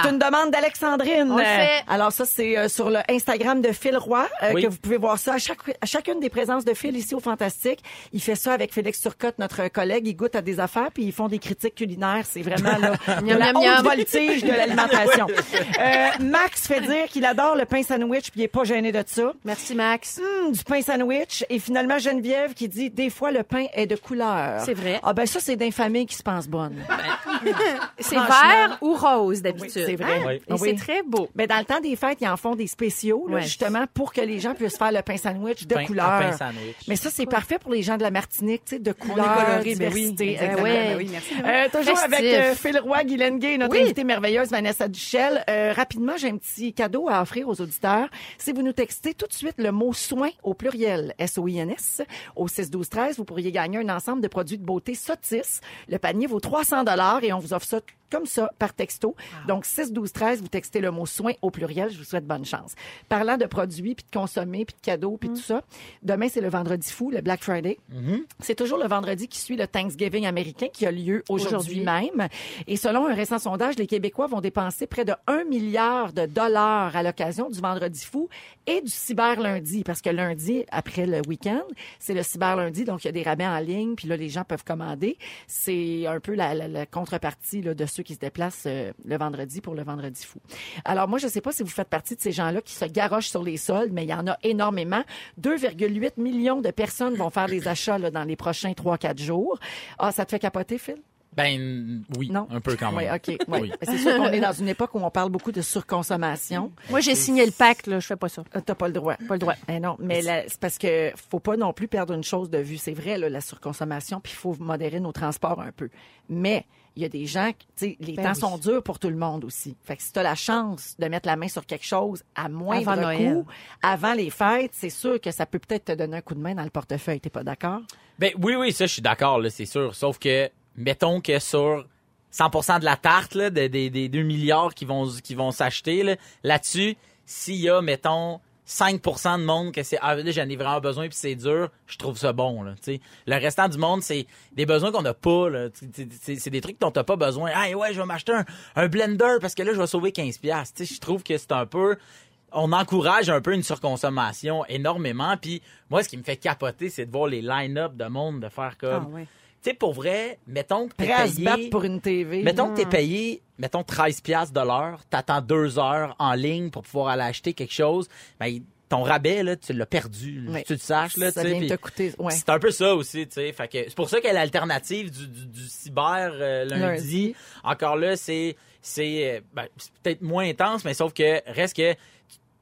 C'est une demande d'Alexandrine. On le Euh, fait. Alors ça, c'est euh, sur le Instagram de Phil Roy euh, Oui. que vous pouvez voir ça. À, chaque, à chacune des présences de Phil ici au Fantastique, il fait ça avec Félix Turcotte, notre collègue. Ils goûtent à des affaires puis ils font des critiques culinaires culinaire, c'est vraiment là, de Miam, la miam, haute miam. voltige de l'alimentation. Euh, Max fait dire qu'il adore le pain sandwich, puis il est pas gêné de ça. Merci, Max. Hum, du pain sandwich. Et finalement, Geneviève qui dit, des fois, le pain est de couleur. C'est vrai. Ah ben ça, c'est des familles qui se pensent bonnes. C'est Franchement. vert ou rose d'habitude. Oui, c'est vrai. Et Oui. c'est très beau. Ben, dans le temps des fêtes, ils en font des spéciaux, là, Ouais. justement, pour que les gens puissent faire le pain sandwich de Pain- couleur. un pain sandwich. Mais ça, c'est parfait pour les gens de la Martinique, tu sais, de couleur, coloré, ben oui, diversité. exactement. ouais. Ben oui, merci, Euh, toujours Festif. avec euh, Phil Roy, Guylaine Gay, notre Oui. invitée merveilleuse, Vanessa Duchel. Euh, rapidement, j'ai un petit cadeau à offrir aux auditeurs. Si vous nous textez tout de suite le mot soin au pluriel, S-O-I-N-S, au 6-12-13, vous pourriez gagner un ensemble de produits de beauté Sotis. Le panier vaut 300 et on vous offre ça comme ça, par texto. Donc, 6, 12, 13, vous textez le mot soin au pluriel. Je vous souhaite bonne chance. Parlant de produits, puis de consommer, puis de cadeaux, puis tout ça, demain, c'est le vendredi fou, le Black Friday. C'est toujours le vendredi qui suit le Thanksgiving américain qui a lieu aujourd'hui Aujourd'hui. même. Et selon un récent sondage, les Québécois vont dépenser près de 1 milliard de dollars à l'occasion du vendredi fou et du cyberlundi. Parce que lundi, après le week-end, c'est le cyberlundi. Donc, il y a des rabais en ligne. Puis là, les gens peuvent commander. C'est un peu la, la- la contrepartie là, de ceux qui se déplacent euh, le vendredi pour le vendredi fou. Alors, moi, je ne sais pas si vous faites partie de ces gens-là qui se garochent sur les soldes, mais il y en a énormément. 2,8 millions de personnes vont faire des achats là, dans les prochains 3-4 jours. Ah, ça te fait capoter, Phil? Ben oui, Non. un peu quand même. Oui, OK. ouais. Oui. C'est sûr qu'on est dans une époque où on parle beaucoup de surconsommation. Moi, j'ai signé le pacte, là. Je fais pas ça. Euh, T'as pas le droit. Pas le droit. Mais non, mais la- c'est parce que faut pas non plus perdre une chose de vue. C'est vrai, là, la surconsommation, puis il faut modérer nos transports un peu. Mais il y a des gens, qui- tu sais, les temps Ben oui. sont durs pour tout le monde aussi. Fait que si t'as la chance de mettre la main sur quelque chose à moindre Avant Noël. coût, avant les fêtes, c'est sûr que ça peut peut-être te donner un coup de main dans le portefeuille. T'es pas d'accord? Ben oui, oui, ça, je suis d'accord, là, c'est sûr. Sauf que, mettons que sur 100% de la tarte, là, des, des, des 2 milliards qui vont, qui vont s'acheter, là, là-dessus, s'il y a, mettons, 5% de monde que c'est, ah, là, j'en ai vraiment besoin puis c'est dur, je trouve ça bon, là, tu sais. Le restant du monde, c'est des besoins qu'on n'a pas, là. Tu- tu- C'est c'est des trucs dont t'as pas besoin. Ah, et ouais, je vais m'acheter un, un blender parce que là, je vais sauver 15$. piastres. Tu sais, je trouve que c'est un peu, on encourage un peu une surconsommation énormément. Puis moi, ce qui me fait capoter, c'est de voir les line-up de monde de faire comme. Ah ouais. Tu sais, pour vrai, mettons que t'es Prêt à se battre payé. pour hein. une TV. Mettons que t'es payé, mettons 13 pièces de l'heure, t'attends deux heures en ligne pour pouvoir aller acheter quelque chose. Ben, ton rabais, là, tu l'as perdu. là, Oui. Tu le saches, là, Mm. Ça tu sais, vient de puis- te coûter, ouais. C'est un peu ça aussi, tu sais. Fait que c'est pour ça que l'alternative du, du, du cyber euh, lundi, Lundi. encore là, c'est c'est euh, ben, c'est peut-être moins intense, mais sauf que reste que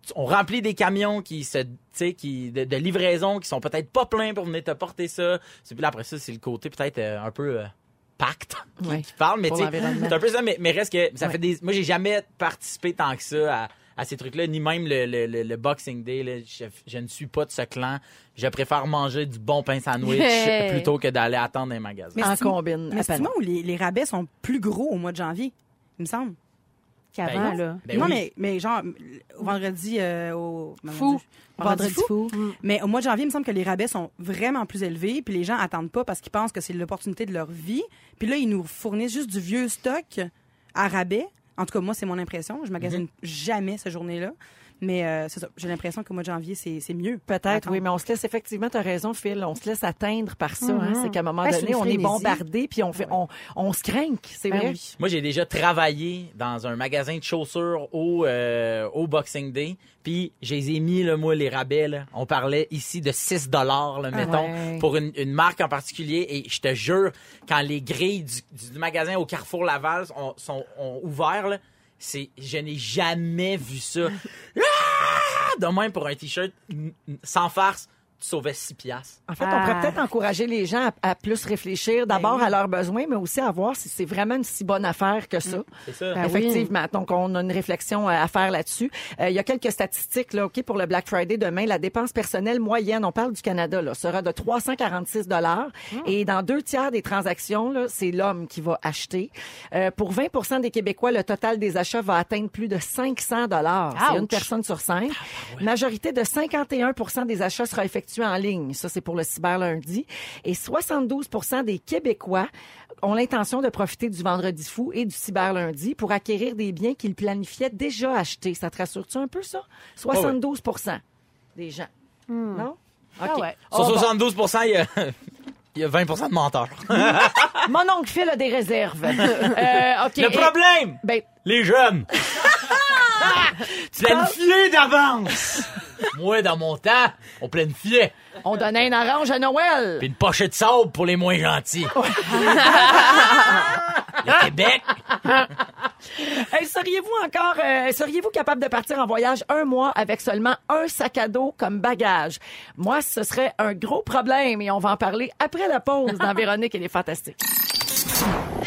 tu- on remplit des camions qui se tu sais qui de, de livraison qui sont peut-être pas pleins pour venir te porter ça. C'est puis là, après ça, c'est le côté peut-être euh, un peu euh, pacte qui, Ouais. qui parle mais Pour tu sais, l'environnement. c'est un peu ça mais, mais reste que ça Ouais. fait des moi j'ai jamais participé tant que ça à à ces trucs-là, ni même le, le, le- le Boxing Day. là. Je, je ne suis pas de ce clan. Je préfère manger du bon pain sandwich Hey. plutôt que d'aller attendre un magasin. Mais en c'est- combine. Mais c'est apparemment. moi où les, les rabais sont plus gros au mois de janvier, il me semble. Qu'avant, Ben, là. ben non, oui. mais, mais genre, euh, vendredi euh, au... mon Fou. Dieu, Vendredi fou. Mm. Mais au mois de janvier, il me semble que les rabais sont vraiment plus élevés, puis les gens attendent pas parce qu'ils pensent que c'est l'opportunité de leur vie. Puis là, ils nous fournissent juste du vieux stock à rabais. En tout cas, moi, c'est mon impression. Je magasine Mm-hmm. jamais cette journée-là. Mais euh, c'est ça. J'ai l'impression qu'au mois de janvier, c'est c'est mieux. Peut-être, Attends. oui, mais on se laisse effectivement, tu as raison, Phil, on se laisse atteindre par ça. hein. C'est qu'à un moment Ouais, Mm-hmm. Ben, donné, c'est une on est frénésie. bombardé, puis on, fait, on, on se craint, c'est Ben vrai. oui. Moi, j'ai déjà travaillé dans un magasin de chaussures au, euh, au Boxing Day. Puis, j'ai mis, le moi, les rabais. là. On parlait ici de 6 dollars, mettons, Ah ouais. pour une, une marque en particulier. Et je te jure, quand les grilles du, du magasin au Carrefour Laval ont, sont ont ouvert, là, c'est, je n'ai jamais vu ça. Ah! De même pour un T-shirt, n- n- sans farce, tu sauvais 6 piastres. En fait, on pourrait Ah. Ben peut-être encourager les gens à, à plus réfléchir d'abord à leurs besoins, mais aussi à voir si c'est vraiment une si bonne affaire que ça. Mm, C'est ça. Ben oui. Effectivement. Donc, on a une réflexion à à faire là-dessus. Euh, il y a quelques statistiques là, OK, pour le Black Friday demain. La dépense personnelle moyenne, on parle du Canada, là, sera de 346 dollars. Ah. Et dans deux tiers des transactions, là, c'est l'homme qui va acheter. Euh, pour 20 des Québécois, le total des achats va atteindre plus de 500 dollars. C'est Ouch. une personne sur cinq. Ah, bah Majorité de 51 des achats sera effectuée en ligne. Ça, c'est pour le cyberlundi. Et 72 des Québécois ont l'intention de profiter du vendredi fou et du cyberlundi pour acquérir des biens qu'ils planifiaient déjà acheter. Ça te rassure-tu un peu, ça? 72 des gens. Non? OK. Hmm. Ah ouais. Oh, Sur bon. 72 il y a, il y a 20 de menteurs. Mon oncle Phil a des réserves. Euh, OK. Le Et- problème, ben, les jeunes. Planifiez d'avance. Moi, dans mon temps, on planifiait. on donnait une orange à Noël. Puis une pochette de sable pour les moins gentils. le Québec. Hey, seriez-vous encore, euh, seriez-vous capable de partir en voyage un mois avec seulement un sac à dos comme bagage? Moi, ce serait un gros problème et on va en parler après la pause dans Véronique et les Fantastiques.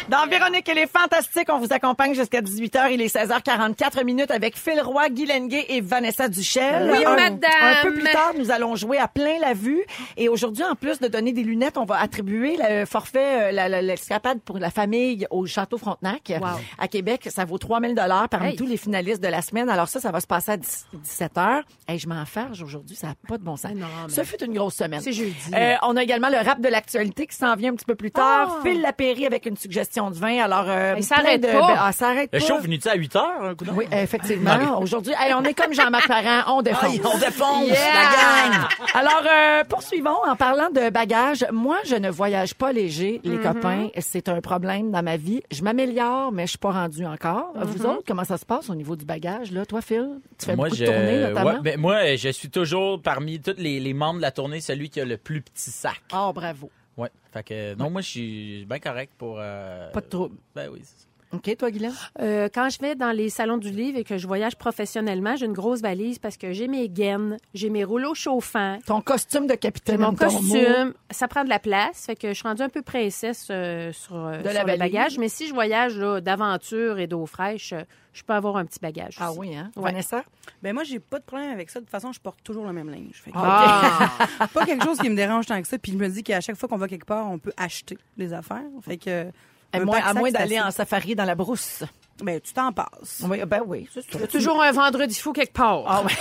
Dans Véronique et les Fantastiques, on vous accompagne jusqu'à 18h. Il est 16h44 minutes avec Phil Roy, Guy Lenguet et Vanessa Duchel. Oui, Un- madame. Un peu plus tard, nous allons jouer à plein la vue. Et aujourd'hui, en plus de donner des lunettes, on va attribuer le forfait, euh, la- la- l'escapade pour la famille au Château Frontenac Wow. à Québec. Ça vaut 3000 dollars parmi Hey. tous les finalistes de la semaine. Alors ça, ça va se passer à 10 17h. Hey, je m'en farge aujourd'hui, ça n'a pas de bon sens. Mais non, mais- Ça fut une grosse semaine. C'est jeudi. Euh, on a également le rap de l'actualité qui s'en vient un petit peu plus tard. Ah! Phil Lapéry avec une suggestion de vin. Alors, euh, Hey, ça plein arrête de- pas. ben, ah, ça arrête Le pas. show venu-tu à 8 heures, hein, un coup d'un? Oui, effectivement. Aujourd'hui, hey, on est comme Jean-Marc Parent, on Ah, défend. Aïe, on défonce Yeah! la gang. Alors, euh, poursuivons en parlant de bagages. Moi, je ne voyage pas léger, les copains. C'est un problème dans ma vie. Je m'améliore, mais je suis pas rendue encore. Vous autres, comment ça se passe au niveau du bagage? Là, toi, Phil, tu fais beaucoup de tournées, ouais, notamment. ben, moi, je suis toujours parmi tous les, les membres de la tournée celui qui a le plus petit sac. Oh, bravo. Ouais. Fait que, non, moi, je suis bien correct pour. euh, Pas de trouble. Ben oui, c'est ça. OK, toi, Guylaine? Euh, quand je vais dans les salons du livre et que je voyage professionnellement, j'ai une grosse valise parce que j'ai mes gaines, j'ai mes rouleaux chauffants, Ton costume de j'ai capitaine. mon ton mot. costume. Ça prend de la place. Fait que je suis rendue un peu princesse euh, sur, euh, De la sur le valise. bagage. Mais si je voyage là, d'aventure et d'eau fraîche, euh, je peux avoir un petit bagage. Ah aussi. oui, hein? Ouais. Vanessa? Ben moi, j'ai pas de problème avec ça. De toute façon, je porte toujours le même linge. Fait que Ah! c'est pas quelque chose qui me dérange tant que ça. Puis je me dis qu'à chaque fois qu'on va quelque part, on peut acheter des affaires. Fait que. À un moins, à pack-sac, moins c'est d'aller en assez. safari dans la brousse. Ben, tu t'en passes. Oui, ben oui. Il y a toujours un vendredi fou quelque part. Ah ouais.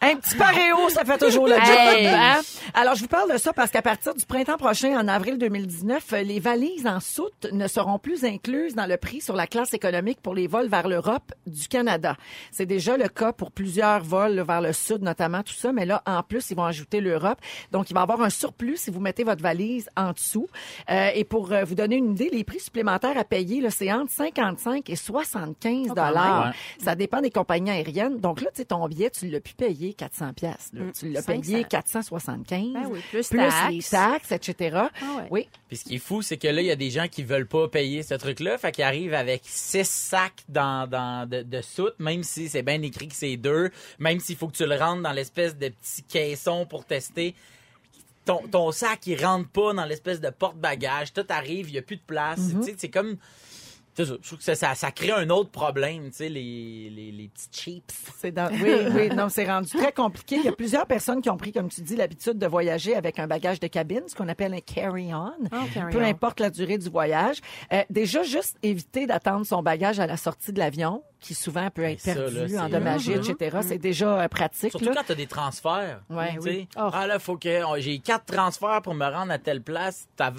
Un petit paréo, ça fait toujours le job. Hey. hein? Alors, je vous parle de ça parce qu'à partir du printemps prochain, en avril 2019, euh, les valises en soute ne seront plus incluses dans le prix sur la classe économique pour les vols vers l'Europe du Canada. C'est déjà le cas pour plusieurs vols là, vers le sud, notamment, tout ça. Mais là, en plus, ils vont ajouter l'Europe. Donc, il va y avoir un surplus si vous mettez votre valise en dessous. Euh, et pour euh, vous donner une idée, les prix supplémentaires à payer, là, c'est entre 55 et 75 dollars. même. Ça dépend des compagnies aériennes. Donc là, tu sais, ton billet, tu l'as pu payer 400 pièces. Tu l'as 500. payé 475. Ben oui, plus les taxes. Ah taxes, etc. ouais. Oui. Puis ce qui est fou, c'est que là, il y a des gens qui veulent pas payer ce truc-là. Fait qu'ils arrivent avec six sacs dans, dans, de, de soute, même si c'est bien écrit que c'est deux, même s'il faut que tu le rentres dans l'espèce de petit caisson pour tester. Ton, ton sac, il rentre pas dans l'espèce de porte-bagages. Tout arrive, il y a plus de place. Tu sais, c'est comme. c'est ça, Je trouve que ça, ça, ça crée un autre problème, tu sais, les, les, les petits chips. C'est dans... Oui, oui, non, c'est rendu très compliqué. Il y a plusieurs personnes qui ont pris, comme tu dis, l'habitude de voyager avec un bagage de cabine, ce qu'on appelle un carry-on. Ah, carry-on. Peu importe la durée du voyage. Euh, déjà, juste éviter d'attendre son bagage à la sortie de l'avion, qui souvent peut être Ben ça, là, perdu, c'est- endommagé, Mhm. etc. C'est déjà euh, pratique. Surtout là. quand t'as des transferts. Ouais, tu oui. sais. Ah là, faut que oh, j'ai quatre transferts pour me rendre à telle place. T'as-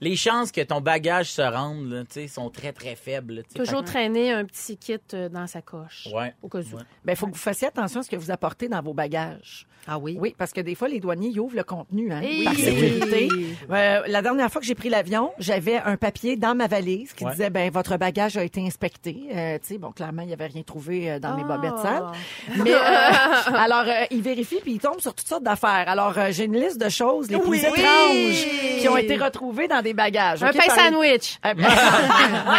Les chances que ton bagage se rende là, tu sais, sont très très faibles. là, tu sais. Toujours traîner un petit kit euh, dans sa coche. Ouais. Au cas où. Ouais. Ben, faut que vous fassiez attention à ce que vous apportez dans vos bagages. Ah oui? Oui, parce que des fois, les douaniers, ils ouvrent le contenu, hein, Eh par oui. sécurité. Euh, la dernière fois que j'ai pris l'avion, j'avais un papier dans ma valise qui Ouais. disait, ben, votre bagage a été inspecté. Euh, tu sais, bon, clairement, il n'y avait rien trouvé euh, dans mes Ah. bobettes sales. Mais, euh, alors, euh, ils vérifient puis ils tombent sur toutes sortes d'affaires. Alors, euh, j'ai une liste de choses les plus Oui. étranges qui ont été retrouvées dans des bagages. Un OK, pain par les- sandwich. euh,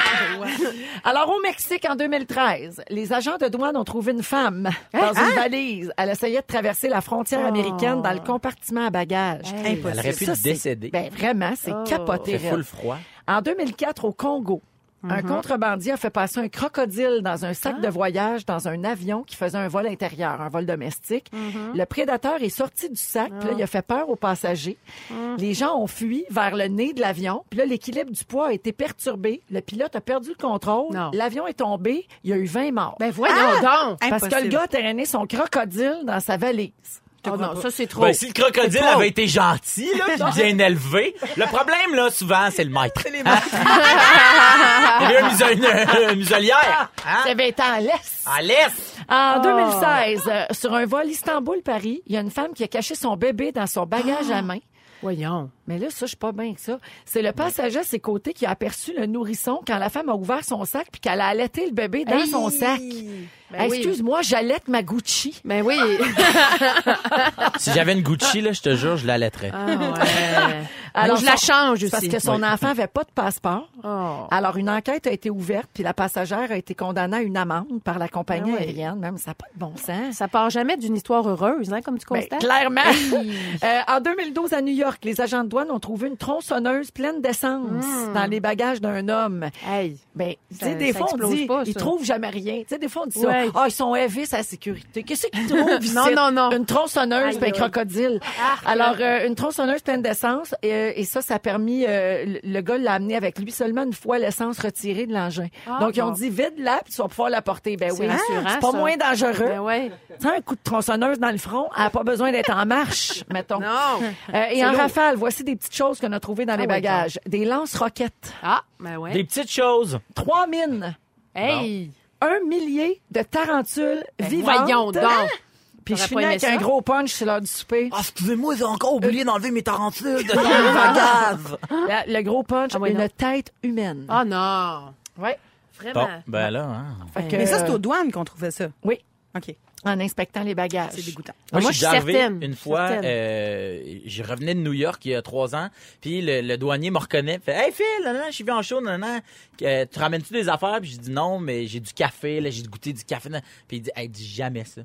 Alors, au Mexique, en 2013, les agents de douane ont trouvé une femme dans une valise. Elle essayait de traverser la frontière américaine dans le compartiment à bagages. Hey. Elle aurait pu Ça, c'est- décéder. Ben, vraiment, c'est Oh. capoté. C'est full raide. froid. En 2004, au Congo, un Mhm. contrebandier a fait passer un crocodile dans un Ah. sac de voyage dans un avion qui faisait un vol intérieur, un vol domestique. Mhm. Le prédateur est sorti du sac, puis là, Ah. il a fait peur aux passagers. Mhm. Les gens ont fui vers le nez de l'avion, puis là, l'équilibre du poids a été perturbé. Le pilote a perdu le contrôle. Non. L'avion est tombé. Il y a eu 20 morts. Ah! Ben voyons donc. parce que le Impossible. gars a traîné son crocodile dans sa valise. Ah, Oh non, ça c'est trop. Ben, si le crocodile avait été gentil, là, puis bien élevé, le problème là souvent c'est le maître. Il y a mis une, une muselière. hein? Ça avait été en laisse. À l'est. Ah. En Ah. 2016, euh, sur un vol Istanbul-Paris, il y a une femme qui a caché son bébé dans son bagage à main. Voyons. Mais là, ça, je suis pas bien que ça. C'est le passager à ses côtés qui a aperçu le nourrisson quand la femme a ouvert son sac puis qu'elle a allaité le bébé dans son sac. Ben oui. Excuse-moi, j'allaite ma Gucci. Ben oui. Si j'avais une Gucci, là, je te jure, je l'allaiterais. Ah, ouais. Alors, Alors, je la son- change aussi. Parce que son Ah. enfant avait pas de passeport. Oh. Alors, une enquête a été ouverte, puis la passagère a été condamnée à une amende par la compagnie Ah ouais. aérienne. Même, ça n'a pas de bon sens. Ça part jamais d'une histoire heureuse, hein, comme tu Ben, constates. clairement. Euh, en 2012, à New York, les agents de douane ont trouvé une tronçonneuse pleine d'essence dans les bagages d'un homme. Hmm. Hey. Ben, tu Ça- sais, des ça fois, on explose dit, pas, ils ça. trouvent jamais rien. Tu sais, des fois, on dit Ouais. ça. Ah, ils sont évis à la sécurité. Qu'est-ce qu'ils trouvent ici? Non, non, non. Une tronçonneuse, Aïe, Ah, ben, aïe. crocodile. Alors, euh, une tronçonneuse pleine d'essence, euh, et ça, ça a permis, euh, le- le gars l'a amené avec lui seulement une fois l'essence retirée de l'engin. Ah, Donc, ils ont bon. dit, vide-la, puis tu vas pouvoir la porter. Ben C'est oui, rassurant, c'est pas ça. moins dangereux. Ben ouais. Tu sais, un coup de tronçonneuse dans le front, elle n'a pas besoin d'être en marche, mettons. Non. Euh, et en lourd. Ah rafale, voici des petites choses qu'on a trouvées dans les ouais, bagages. des lances-roquettes, Ah, ben ouais. Des petites choses. trois mines, Hey. un millier de tarentules Ben vivantes. voyons donc. Puis je T'aurais finis pas aimé avec un ça? gros punch sur l'heure du souper. Ah, excusez-moi, j'ai encore oublié d'enlever mes tarentules de bagage. La- le gros punch, Ah ouais, une non. tête humaine. Ah non. Ouais. Bon, Vraiment. ben là, hein. Fait que, Mais ça, c'est aux douanes qu'on trouvait ça. euh, Oui, OK. en inspectant les bagages. C'est dégoûtant. Moi, Moi, je suis je suis déjà arrivé certaine. une fois, Certaine. euh, je revenais de New York il y a trois ans, puis le, le douanier me reconnaît, fait Hey Phil, nanana, je suis venu en show, nanana, euh, tu ramènes-tu des affaires? Puis je dis non, mais j'ai du café, là, j'ai goûté du café. nan- Puis il dit Hey, dis jamais ça.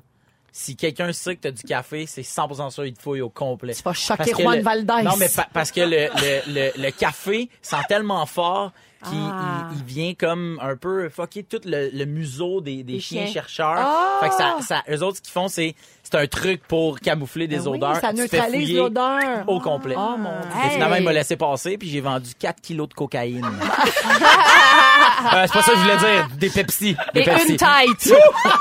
Si quelqu'un sait que t'as du café, c'est 100% sûr, il te fouille au complet. Tu vas choquer Parce que Juan le- Valdez. Non, mais pa- parce que le, le, le, le café sent tellement fort qu'il Ah. il, il vient comme un peu fucker tout le, le museau des, des Des chiens chiens. chercheurs. Ah! Fait que ça, ça, eux autres, ce qu'ils font, c'est c'est un truc pour camoufler des Ben oui, odeurs. ça Tu te fais neutralise fouiller l'odeur. Au complet. Oh mon Dieu. Et Finalement, Hey. il m'a laissé passer, puis j'ai vendu 4 kilos de cocaïne. Euh, c'est pas ça que je voulais dire. Des Pepsi. Des Et Pepsi. une tête.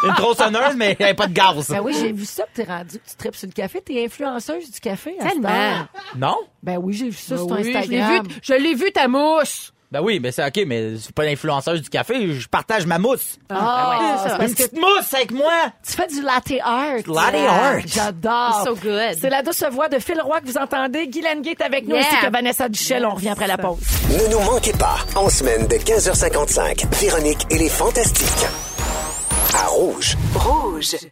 une tronçonneuse, mais elle avait pas de gaz. Ben oui, j'ai vu ça, puis t'es rendu, que tu tripes sur le café, t'es influenceuse du café. à cette Tellement. heure. Non? Ben oui, j'ai vu ça Ben sur oui, Instagram. Je l'ai vu, je l'ai vu ta mousse. Ben oui, mais c'est OK, mais c'est pas l'influenceuse du café. Je partage ma mousse. Ah, Ah, ouais, c'est ça. parce Une que petite mousse avec moi! tu fais du latte art. Latte Ah, art. J'adore. So good. C'est la douce voix de Phil Roy que vous entendez. Guy Lenguet est avec nous Yeah. ainsi que Vanessa Duchel. On revient après la pause. Ne nous manquez pas, en semaine de 15h55, Véronique et les Fantastiques. À Rouge. Rouge.